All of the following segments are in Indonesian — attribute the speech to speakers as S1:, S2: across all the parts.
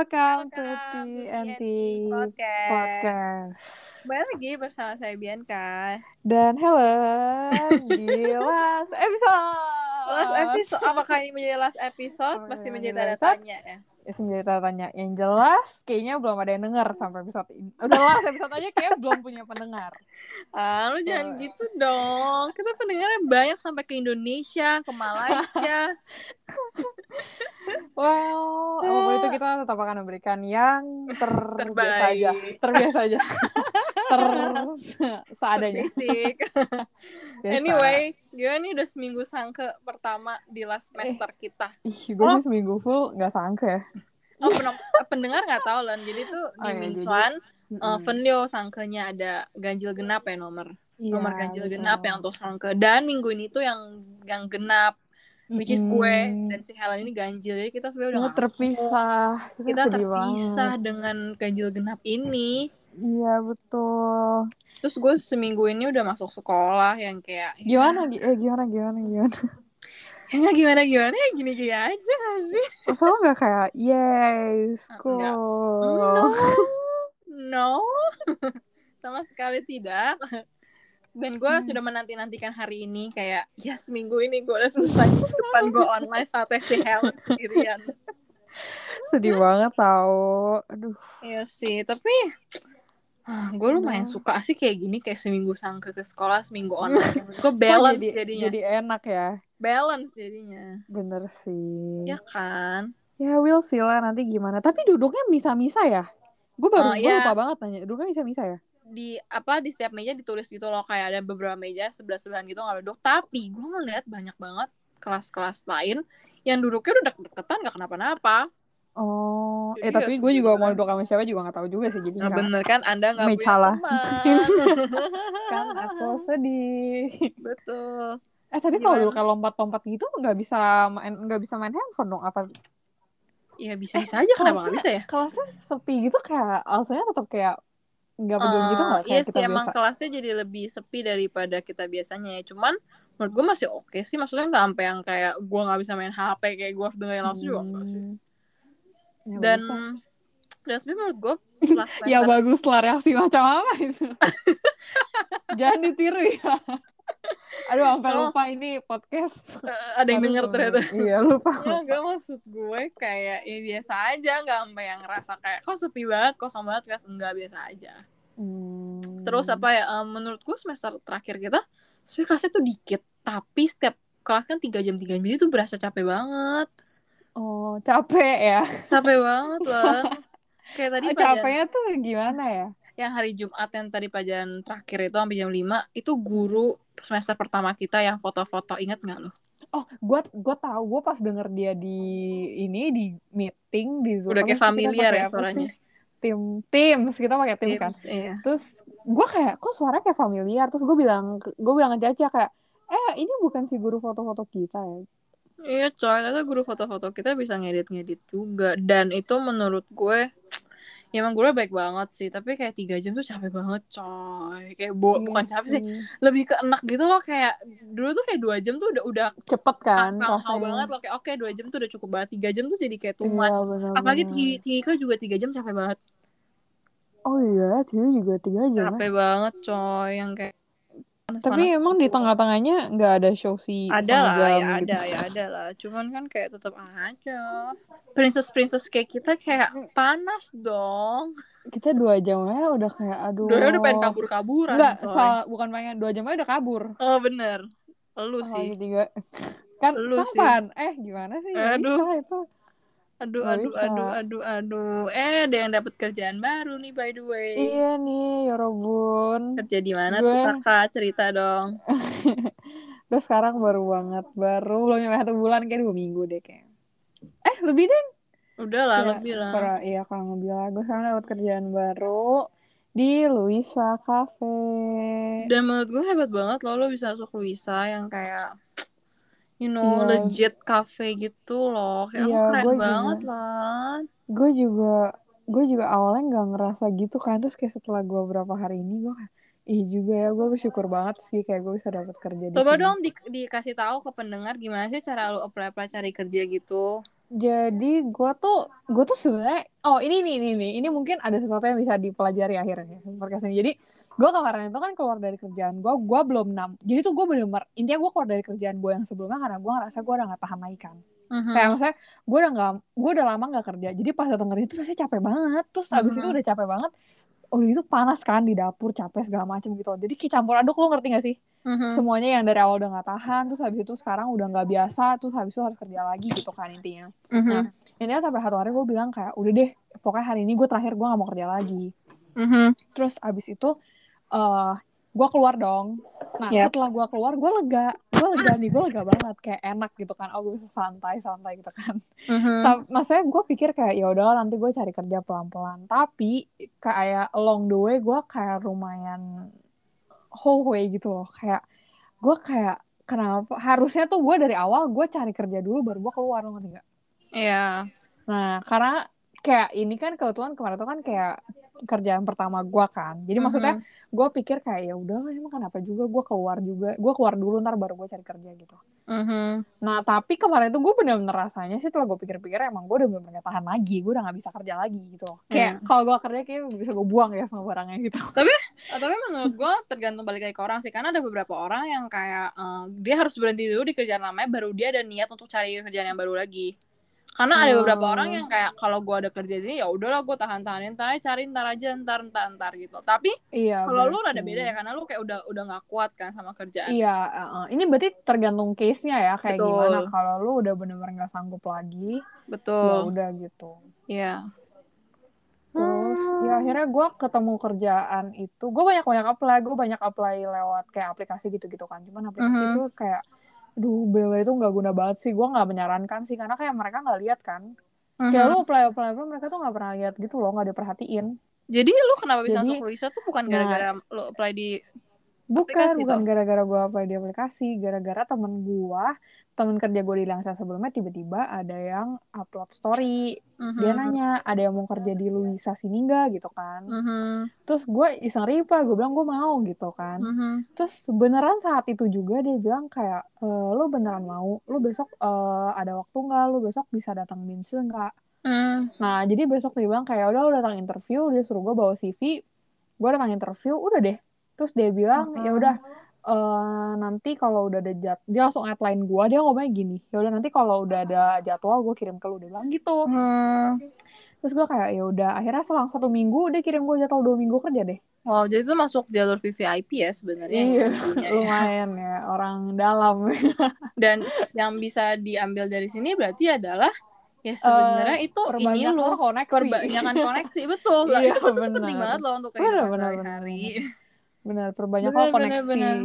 S1: Welcome, to
S2: Welcome to
S1: TNT
S2: TNT Podcast.
S1: Podcast.
S2: Kembali lagi bersama saya Bianca.
S1: Dan Helen di last episode.
S2: Last episode, apakah ini menjadi last
S1: Oh,
S2: episode?
S1: iya,
S2: Pasti menjadi
S1: ini
S2: tanda
S1: last episode.
S2: tanya ya.
S1: Ya, sendiri tanya tanya yang jelas kayaknya belum ada yang denger sampai episode ini. Udah last episode aja kayaknya belum punya pendengar.
S2: Ah, lu jangan
S1: Oh.
S2: gitu dong. Kita pendengarnya banyak sampai ke Indonesia, ke Malaysia.
S1: Well, apapun itu kita tetap akan memberikan yang terbiasa
S2: Terbaik.
S1: aja. Terbiasa aja. Ter seadanya.
S2: Basic.
S1: Biasa.
S2: Anyway, gue nih udah seminggu sangke pertama di last
S1: Eh.
S2: semester kita.
S1: Ih, gue nih seminggu full gak sangka ya.
S2: Oh, penem- pendengar nggak tahu lah. Jadi tuh
S1: Oh,
S2: di
S1: iya, jadi-
S2: Min
S1: Hmm.
S2: Chuan, eh,
S1: Mm-mm.
S2: Venlio sangkenya ada ganjil genap ya nomor.
S1: Iya,
S2: Nomor ganjil
S1: betul.
S2: genap yang untuk sangke. Dan minggu ini tuh yang yang genap which is gue
S1: Mm-mm.
S2: dan si Helen ini ganjil jadi kita
S1: Kita
S2: sebenarnya udah nggak-
S1: Iya, terpisah.
S2: kita
S1: sedih
S2: terpisah
S1: banget.
S2: dengan ganjil genap ini
S1: Iya betul.
S2: terus gue seminggu ini udah masuk sekolah yang kayak ya,
S1: Gimana? Gi- Eh gimana gimana gimana?
S2: ya nggak gimana gimana ya gini gini aja gak sih
S1: Masa lo nggak kayak yay
S2: no
S1: school?
S2: no sama sekali tidak dan gue
S1: Hmm.
S2: sudah menanti nantikan hari ini kayak yes minggu ini gue udah selesai depan gue online saatnya si Helen sendirian
S1: Sedih banget tau. Aduh.
S2: Iya sih, tapi ah, gue lumayan
S1: Nah.
S2: suka sih kayak gini kayak seminggu sangke ke sekolah seminggu online. gue balance
S1: Kok jadi-
S2: jadinya,
S1: Jadi enak ya.
S2: balance jadinya,
S1: Bener sih.
S2: ya kan?
S1: Ya will sih lah nanti gimana. Tapi duduknya bisa-bisa ya. Gue baru gua
S2: Oh, iya.
S1: lupa banget nanya. Duduknya bisa-bisa ya.
S2: Di apa di setiap meja ditulis gitu loh kayak ada beberapa meja sebelah sebelahan gitu nggak duduk. Tapi gue ngeliat banyak banget kelas-kelas lain yang duduknya udah deket-deketan nggak kenapa-napa.
S1: Oh, eh
S2: Jadi
S1: tapi
S2: ya
S1: gue juga
S2: sebenarnya.
S1: mau duduk sama siapa juga nggak tahu juga sih. Jadi
S2: Nah,
S1: nggak-
S2: bener kan? Anda nggak punya
S1: Mecalah.
S2: teman.
S1: kan aku sedih.
S2: Betul.
S1: Eh tapi kalau
S2: Gimana?
S1: dulu kalau lompat-lompat gitu nggak bisa main nggak bisa main handphone dong apa
S2: Ya bisa-bisa aja kenapa nggak bisa ya?
S1: kelasnya sepi gitu kayak alasannya tetap kayak nggak peduli gitu nggak
S2: Eh,
S1: kayak
S2: iya sih emang kelasnya jadi lebih sepi daripada kita biasanya ya cuman menurut gue masih oke sih maksudnya nggak sampai yang kayak gue nggak bisa main HP kayak gue harus dengerin langsung juga enggak sih
S1: Hmm. Ya,
S2: dan
S1: bagus lah.
S2: dan sebenarnya menurut gue last
S1: ya
S2: semester
S1: bagus lah reaksi macam apa itu jangan ditiru ya aduh sampai
S2: Oh.
S1: lupa ini podcast
S2: eh, ada yang
S1: Aduh,
S2: denger ternyata
S1: iya lupa
S2: ya gue maksud gue kayak ya biasa aja nggak sampai yang ngerasa kayak kok sepi banget kosong banget kelas enggak biasa aja
S1: Hmm.
S2: terus apa ya em, menurut gue semester terakhir kita sebenarnya kelasnya tuh dikit tapi setiap kelas kan tiga jam tiga jam itu berasa capek banget
S1: oh capek ya
S2: capek banget Len. kayak tadi
S1: Oh,
S2: pelajaran
S1: capeknya tuh gimana ya
S2: yang hari Jumat yang tadi pelajaran terakhir itu sampai jam 5 itu guru semester pertama kita yang foto-foto ingat nggak lo?
S1: Oh, gue gue tahu gue pas denger dia di ini di meeting di Zoom.
S2: Udah kayak
S1: Terus kita
S2: familiar
S1: pakai
S2: ya
S1: apa
S2: suaranya.
S1: sih? Tim tim kita pakai tim kan.
S2: Tips, iya.
S1: Terus gue kayak kok suaranya kayak familiar. Terus gue bilang gue bilang ke Caca kayak eh ini bukan si guru foto-foto kita ya.
S2: Iya coy, ternyata guru foto-foto kita bisa ngedit-ngedit juga dan itu menurut gue ya emang gurunya baik banget sih tapi kayak tiga jam tuh capek banget coy kayak bo-
S1: Iya
S2: bukan capek sih
S1: Hmm,
S2: lebih ke enak gitu loh kayak dulu tuh kayak dua jam tuh udah udah
S1: Cepet kan
S2: kau banget loh kayak oke dua jam tuh udah cukup banget tiga jam tuh jadi kayak
S1: Iya,
S2: too much apalagi Ti- Tika juga tiga jam capek banget
S1: Oh iya, Tio juga tiga jam. ya.
S2: capek banget coy yang kayak panas-panas
S1: Tapi emang di
S2: gitu.
S1: tengah-tengahnya nggak ada show si
S2: ada lah
S1: Sangga
S2: ya
S1: gitu.
S2: ada ya ada lah cuman kan kayak tetap aja princess princess kayak kita kayak panas dong
S1: Kita dua jam aja udah kayak aduh.
S2: Doi udah pengen kabur kaburan
S1: Enggak,
S2: coy.
S1: salah, bukan pengen dua jam aja udah kabur.
S2: oh bener lu
S1: Sama
S2: sih
S1: ketiga. kan
S2: Lu sih.
S1: kapan eh gimana sih Nggak
S2: Aduh.
S1: bisa itu
S2: aduh
S1: Nggak
S2: aduh
S1: bisa.
S2: aduh aduh aduh eh ada yang dapat kerjaan baru nih by the way
S1: iya nih Yorobun
S2: kerja di mana
S1: Gue-
S2: tuh kakak cerita dong
S1: terus sekarang baru banget baru belum nyampe satu bulan kayak dua minggu deh kayak eh lebih deh
S2: udah lah
S1: Iya,
S2: lebih lah
S1: kurang iya kurang lebih lah gue sekarang dapat kerjaan baru di Luisa Cafe
S2: Dan menurut gue hebat banget loh lo bisa masuk Luisa yang kayak you know
S1: Iya.
S2: legit cafe gitu loh. Kayak lo
S1: Iya,
S2: keren
S1: gue juga. Iya
S2: banget lah.
S1: gue juga gue juga awalnya nggak ngerasa gitu kan terus kayak setelah gue berapa hari ini gue kayak, Ih juga ya, gue bersyukur banget sih kayak gue bisa dapat kerja di
S2: Coba
S1: sini.
S2: dong di- dikasih tahu ke pendengar gimana sih cara lo apply apply cari kerja gitu.
S1: Jadi gue tuh gue tuh sebenarnya oh ini nih ini nih ini mungkin ada sesuatu yang bisa dipelajari akhirnya podcast ini. Jadi gue kemarin itu kan keluar dari kerjaan gue gue belum nam jadi tuh gue belum mer- intinya gue keluar dari kerjaan gue yang sebelumnya karena gue ngerasa gue udah gak tahan lagi kan
S2: Mhm.
S1: kayak maksudnya gue udah nggak gue udah lama nggak kerja jadi pas datang kerja itu rasanya capek banget terus abis itu
S2: Mhm.
S1: udah capek banget udah itu panas kan di dapur capek segala macem gitu jadi kayak campur aduk lo ngerti gak sih
S2: Mhm.
S1: semuanya yang dari awal udah nggak tahan terus habis itu sekarang udah nggak biasa terus habis itu harus kerja lagi gitu kan intinya
S2: Mhm.
S1: ini sampai satu hari gue bilang kayak udah deh pokoknya hari ini gue terakhir gue nggak mau kerja lagi
S2: Mhm.
S1: terus abis itu eh gue keluar dong nah
S2: Yap.
S1: setelah gue keluar gue lega gue lega nih gue lega banget kayak enak gitu kan oh gue bisa santai santai gitu kan
S2: Mhm.
S1: Ta- maksudnya gue pikir kayak ya udahlah nanti gue cari kerja pelan-pelan tapi kayak along the way gue kayak lumayan whole way gitu loh kayak gue kayak kenapa harusnya tuh gue dari awal gue cari kerja dulu baru gue keluar loh ngerti nggak?
S2: Iya.
S1: nah karena kayak ini kan kebetulan kemarin tuh kan kayak kerjaan pertama gue kan jadi maksudnya
S2: Mhm.
S1: gue pikir kayak ya udahlah emang kenapa juga gue keluar juga gue keluar dulu ntar baru gue cari kerja gitu
S2: Mhm.
S1: Nah, tapi kemarin tuh gue bener-bener rasanya sih setelah gue pikir-pikir emang gue udah bener-bener gak tahan lagi. Gue udah gak bisa kerja lagi gitu loh. Kayak kalau gue kerja kayak bisa gue buang ya sama barangnya gitu.
S2: Oh, Iya. tapi menurut gue tergantung balik lagi ke orang sih karena ada beberapa orang yang kayak eh, dia harus berhenti dulu di kerjaan lamanya baru dia ada niat untuk cari kerjaan yang baru lagi karena ada
S1: Oh.
S2: beberapa orang yang kayak kalau gue ada kerja di sini ya udahlah gue tahan tahanin ntar aja cari ntar aja ntar ntar ntar gitu tapi
S1: Iya. bener
S2: kalau lu rada
S1: sih.
S2: beda ya karena lu kayak udah udah nggak kuat kan sama kerjaan
S1: Iya, uh-uh. ini berarti tergantung case-nya ya kayak
S2: Betul.
S1: gimana kalau lu udah bener-bener gak sanggup lagi, ya
S2: betul
S1: udah gitu.
S2: iya
S1: Terus ya
S2: Ah.
S1: akhirnya gue ketemu kerjaan itu, gue banyak banyak apply, gue banyak apply lewat kayak aplikasi gitu-gitu kan. Cuman aplikasi
S2: Mhm.
S1: itu kayak, duh bener-bener itu nggak guna banget sih. Gue nggak menyarankan sih karena kayak mereka nggak lihat kan.
S2: Mhm.
S1: Kayak lu apply apply apply, mereka tuh nggak pernah lihat gitu loh nggak diperhatiin
S2: jadi lu kenapa bisa
S1: Jadi-
S2: masuk Luisa tuh bukan
S1: Nah.
S2: gara-gara lu apply di
S1: bukan
S2: Aplikasi
S1: bukan
S2: tuh.
S1: gara-gara gue apply di aplikasi gara-gara temen gue temen kerja gue di Langsa sebelumnya tiba-tiba ada yang upload story dia
S2: Mhm.
S1: nanya ada yang mau kerja di Luisa sini nggak gitu kan
S2: Mhm.
S1: terus gue iseng ripa gue bilang gue mau gitu kan
S2: Mhm.
S1: terus beneran saat itu juga dia bilang kayak e, lo beneran mau lo besok e, ada waktu nggak lo besok bisa datang minse nggak
S2: Mhm.
S1: Nah, jadi besok dia bilang kayak udah udah datang interview, dia suruh gue bawa CV, gue datang interview, udah deh. Terus dia bilang
S2: Mhm.
S1: ya udah eh, nanti kalau udah ada jad, dia langsung outline gue, dia ngomongnya gini, ya udah nanti kalau udah ada jadwal gue kirim ke lu, dia bilang gitu.
S2: Mhm.
S1: Terus gue kayak ya udah, akhirnya selang satu minggu dia kirim gue jadwal dua minggu kerja deh.
S2: Wow, jadi itu masuk jalur VVIP ya sebenarnya.
S1: Iya.
S2: Intinya ya.
S1: Lumayan ya orang dalam.
S2: Dan yang bisa diambil dari sini berarti adalah ya sebenarnya itu ini
S1: Eh, Perbanyak
S2: loh
S1: koneksi.
S2: perbanyakan koneksi betul. Lah,
S1: Iya,
S2: itu betul itu penting
S1: benar.
S2: banget loh untuk
S1: Benar,
S2: kehidupan
S1: benar,
S2: sehari-hari. Iya,
S1: Benar, perbanyak
S2: Benar, benar,
S1: koneksi.
S2: benar.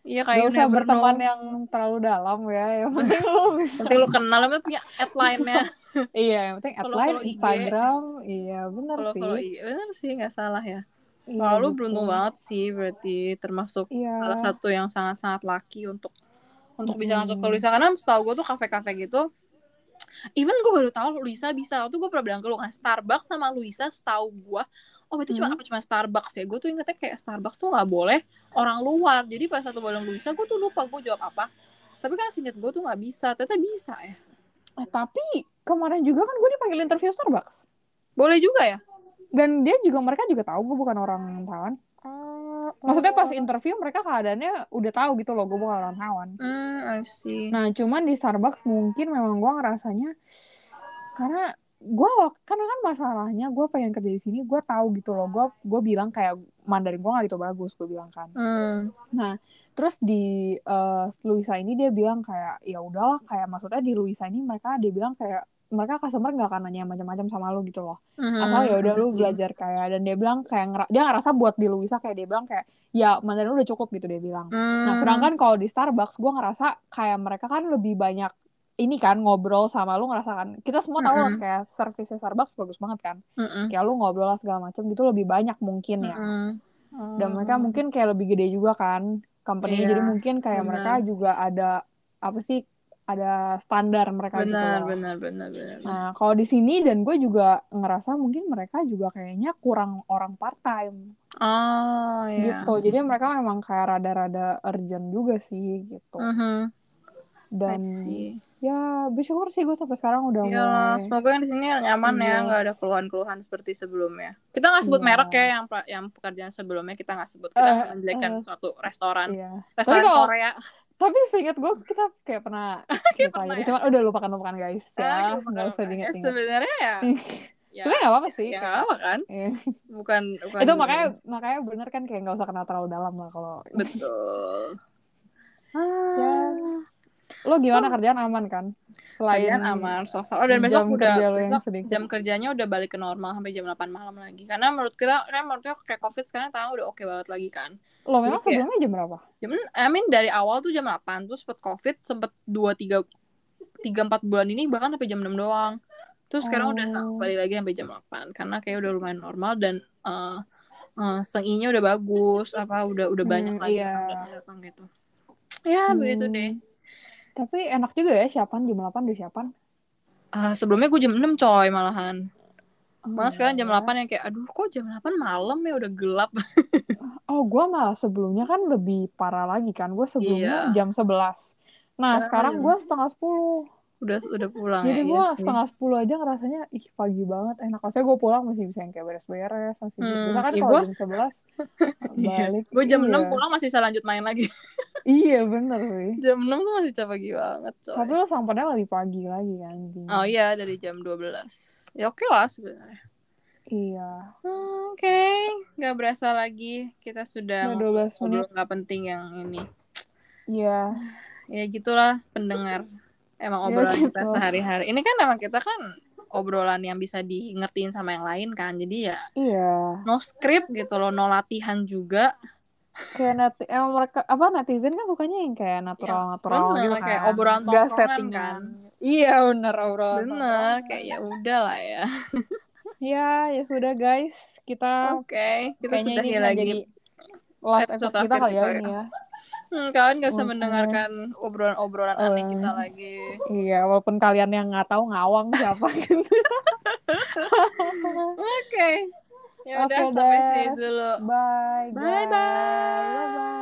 S2: Iya kayak
S1: Gak usah
S2: never
S1: berteman ya.
S2: know.
S1: yang terlalu dalam ya. Yang penting lu bisa
S2: Nanti lu kenal lu punya outline-nya.
S1: Iya, yang penting
S2: Follow-
S1: apply
S2: follow IG.
S1: Instagram. Iya, benar
S2: Kalau
S1: sih.
S2: kalau iya, benar sih nggak salah ya.
S1: Iya,
S2: Kalau lu
S1: gitu.
S2: beruntung banget sih berarti termasuk
S1: Iya.
S2: salah satu yang sangat-sangat laki untuk untuk bisa
S1: Mm.
S2: masuk ke Luisa karena setahu gue tuh kafe-kafe gitu even gue baru tahu Luisa bisa waktu gue pernah bilang ke lu kan Starbucks sama Luisa setahu gue oh berarti cuma
S1: Hmm.
S2: apa cuma Starbucks ya gue tuh ingetnya kayak Starbucks tuh nggak boleh orang luar jadi pas satu bulan Luisa gue tuh lupa gue jawab apa tapi kan singkat gue tuh nggak bisa ternyata bisa ya
S1: Eh, tapi kemarin juga kan gue dipanggil interview Starbucks.
S2: boleh juga ya
S1: Dan dia juga mereka juga tahu gue bukan orang Taiwan.
S2: oh
S1: Maksudnya pas interview mereka keadaannya udah tahu gitu loh gue bukan orang Taiwan.
S2: hmm I see
S1: Nah, cuman di Starbucks mungkin memang gue ngerasanya karena gue karena kan masalahnya gue pengen kerja di sini gue tahu gitu loh gue gue bilang kayak Mandarin gue nggak gitu bagus gue bilang kan
S2: hmm
S1: terus di eh, Luisa ini dia bilang kayak ya udahlah kayak maksudnya di Luisa ini mereka dia bilang kayak mereka customer nggak akan nanya macam-macam sama lu gitu loh
S2: Hmm,
S1: atau ya udah lu belajar kayak dan dia bilang kayak ngera- dia ngerasa buat di Luisa kayak dia bilang kayak ya Mandarin lu udah cukup gitu dia bilang Nah,
S2: Hmm.
S1: sedangkan kalau di Starbucks, gue ngerasa kayak mereka kan lebih banyak ini kan ngobrol sama lu ngerasa kan kita semua tahu lah
S2: Mm-mm.
S1: kayak servisnya Starbucks bagus banget kan
S2: Hmm,
S1: kayak lu ngobrol lah segala macam gitu lebih banyak mungkin ya
S2: Hmm.
S1: dan mereka mungkin kayak lebih gede juga kan company
S2: Iya,
S1: jadi mungkin kayak
S2: benar.
S1: mereka juga ada apa sih ada standar mereka gitu
S2: benar
S1: loh.
S2: benar benar benar
S1: Nah, kalau di sini dan gue juga ngerasa mungkin mereka juga kayaknya kurang orang part time
S2: oh ya
S1: gitu. Jadi mereka memang kayak rada-rada urgent juga sih gitu.
S2: Mhm.
S1: dan
S2: Hmm, I see.
S1: ya bersyukur sih gue sampai sekarang udah
S2: Iyalah,
S1: mulai
S2: semoga yang di sini nyaman ya,
S1: Iya.
S2: nggak ada keluhan-keluhan seperti sebelumnya. Kita nggak sebut
S1: Iya.
S2: merek ya yang pra- yang pekerjaan sebelumnya kita nggak sebut. Kita
S1: Eh,
S2: nggak menjelekkan
S1: eh.
S2: suatu restoran,
S1: Iya.
S2: restoran
S1: kalau-
S2: Korea.
S1: tapi seingat gue kita kayak pernah cerita
S2: pernah
S1: gitu
S2: ya.
S1: cuman udah lupakan lupakan guys
S2: Ah,
S1: ya
S2: lupakan
S1: nggak usah
S2: lupakan.
S1: diinget
S2: Eh,
S1: inget
S2: Sebenarnya ya, ya,
S1: sebenarnya nggak apa-apa sih
S2: ya nggak apa kan?
S1: Iya.
S2: Bukan, bukan
S1: itu makanya makanya bener kan kayak nggak usah kenal terlalu dalam lah kalau
S2: betul.
S1: Ya. lo gimana kerjaan aman kan selain
S2: Kalian aman so far. Oh dan besok
S1: jam
S2: udah
S1: kerja lo yang
S2: besok
S1: sedikit.
S2: jam kerjanya udah balik ke normal sampai jam 8 malam lagi. Karena menurut kita kan menurut kita kayak Covid sekarang tahu udah oke banget lagi kan.
S1: lo memang
S2: Jadi kayak-
S1: sebelumnya jam berapa
S2: Jam I mean dari awal tuh jam 8 tuh sempet Covid sempet 2 3 3 4 bulan ini bahkan sampai jam 6 doang. Terus sekarang udah
S1: Oh.
S2: balik lagi sampai jam 8 karena kayak udah lumayan normal dan eh eh, senginya udah bagus apa udah udah banyak
S1: Hmm,
S2: lagi
S1: iya.
S2: yang datang- datang gitu. Ya, begitu
S1: Hmm.
S2: deh.
S1: tapi enak juga ya siapan jam 8 udah siapan
S2: Ah, sebelumnya gue jam 6 coy malahan.
S1: Oh,
S2: Malah sekarang jam
S1: iya.
S2: 8 yang kayak aduh kok jam 8 malam ya udah gelap.
S1: Oh, gue malah sebelumnya kan lebih parah lagi kan. Gue sebelumnya
S2: Iya.
S1: jam 11. Nah,
S2: Sekarang
S1: sekarang
S2: jam-
S1: gue setengah 10.
S2: udah udah pulang
S1: Jadi
S2: ya.
S1: gue
S2: iya sih.
S1: setengah 10 aja ngerasanya, ih pagi banget. Enak. Maksudnya gue pulang masih bisa yang kayak beres-beres. Masih bisa.
S2: Hmm,
S1: Bisa kan
S2: iya,
S1: kalau
S2: gua-
S1: jam 11
S2: Iya.
S1: balik.
S2: Gue jam
S1: Iya.
S2: 6 pulang masih bisa lanjut main lagi.
S1: Iya, bener sih.
S2: jam 6 tuh masih capek banget coy.
S1: Tapi lo sampainya lebih pagi lagi kan. intinya.
S2: Oh iya dari jam 12 Ya oke lah sebenarnya
S1: Iya.
S2: Hmm, Oke nggak berasa lagi Kita sudah
S1: Udah 12 menit.
S2: ngobrol nggak penting yang ini
S1: Iya.
S2: Ya gitulah pendengar Emang
S1: Ya,
S2: obrolan kita
S1: gitu.
S2: sehari-hari Ini kan emang kita kan obrolan yang bisa di ngertiin sama yang lain kan Jadi ya
S1: Iya.
S2: no script gitu loh No latihan juga
S1: Kayak neti emang mereka apa netizen kan sukanya yang kayak natural-natural
S2: Iya, bener,
S1: gitu kan.
S2: kayak obrolan
S1: Nggak
S2: tongkrongan
S1: settingan.
S2: kan.
S1: Iya, bener obrolan tongkrongan.
S2: Bener kayak ya udah lah ya
S1: Ya, ya sudah guys. Kita
S2: Oke Oh, kita
S1: kayaknya
S2: sudahi
S1: ini akan
S2: lagi
S1: jadi last episode,
S2: episode
S1: kita
S2: akhir
S1: kali ya
S2: kita
S1: ini ya.
S2: Hmm, kalian gak usah
S1: Mm-mm.
S2: mendengarkan obrolan-obrolan aneh
S1: Eh.
S2: kita lagi.
S1: Iya, walaupun kalian yang nggak tahu ngawang siapa gitu.
S2: Oke. Ya udah
S1: Oke,
S2: sampai
S1: Des.
S2: Ya sini dulu.
S1: Bye. guys.
S2: Bye-bye.
S1: Bye-bye.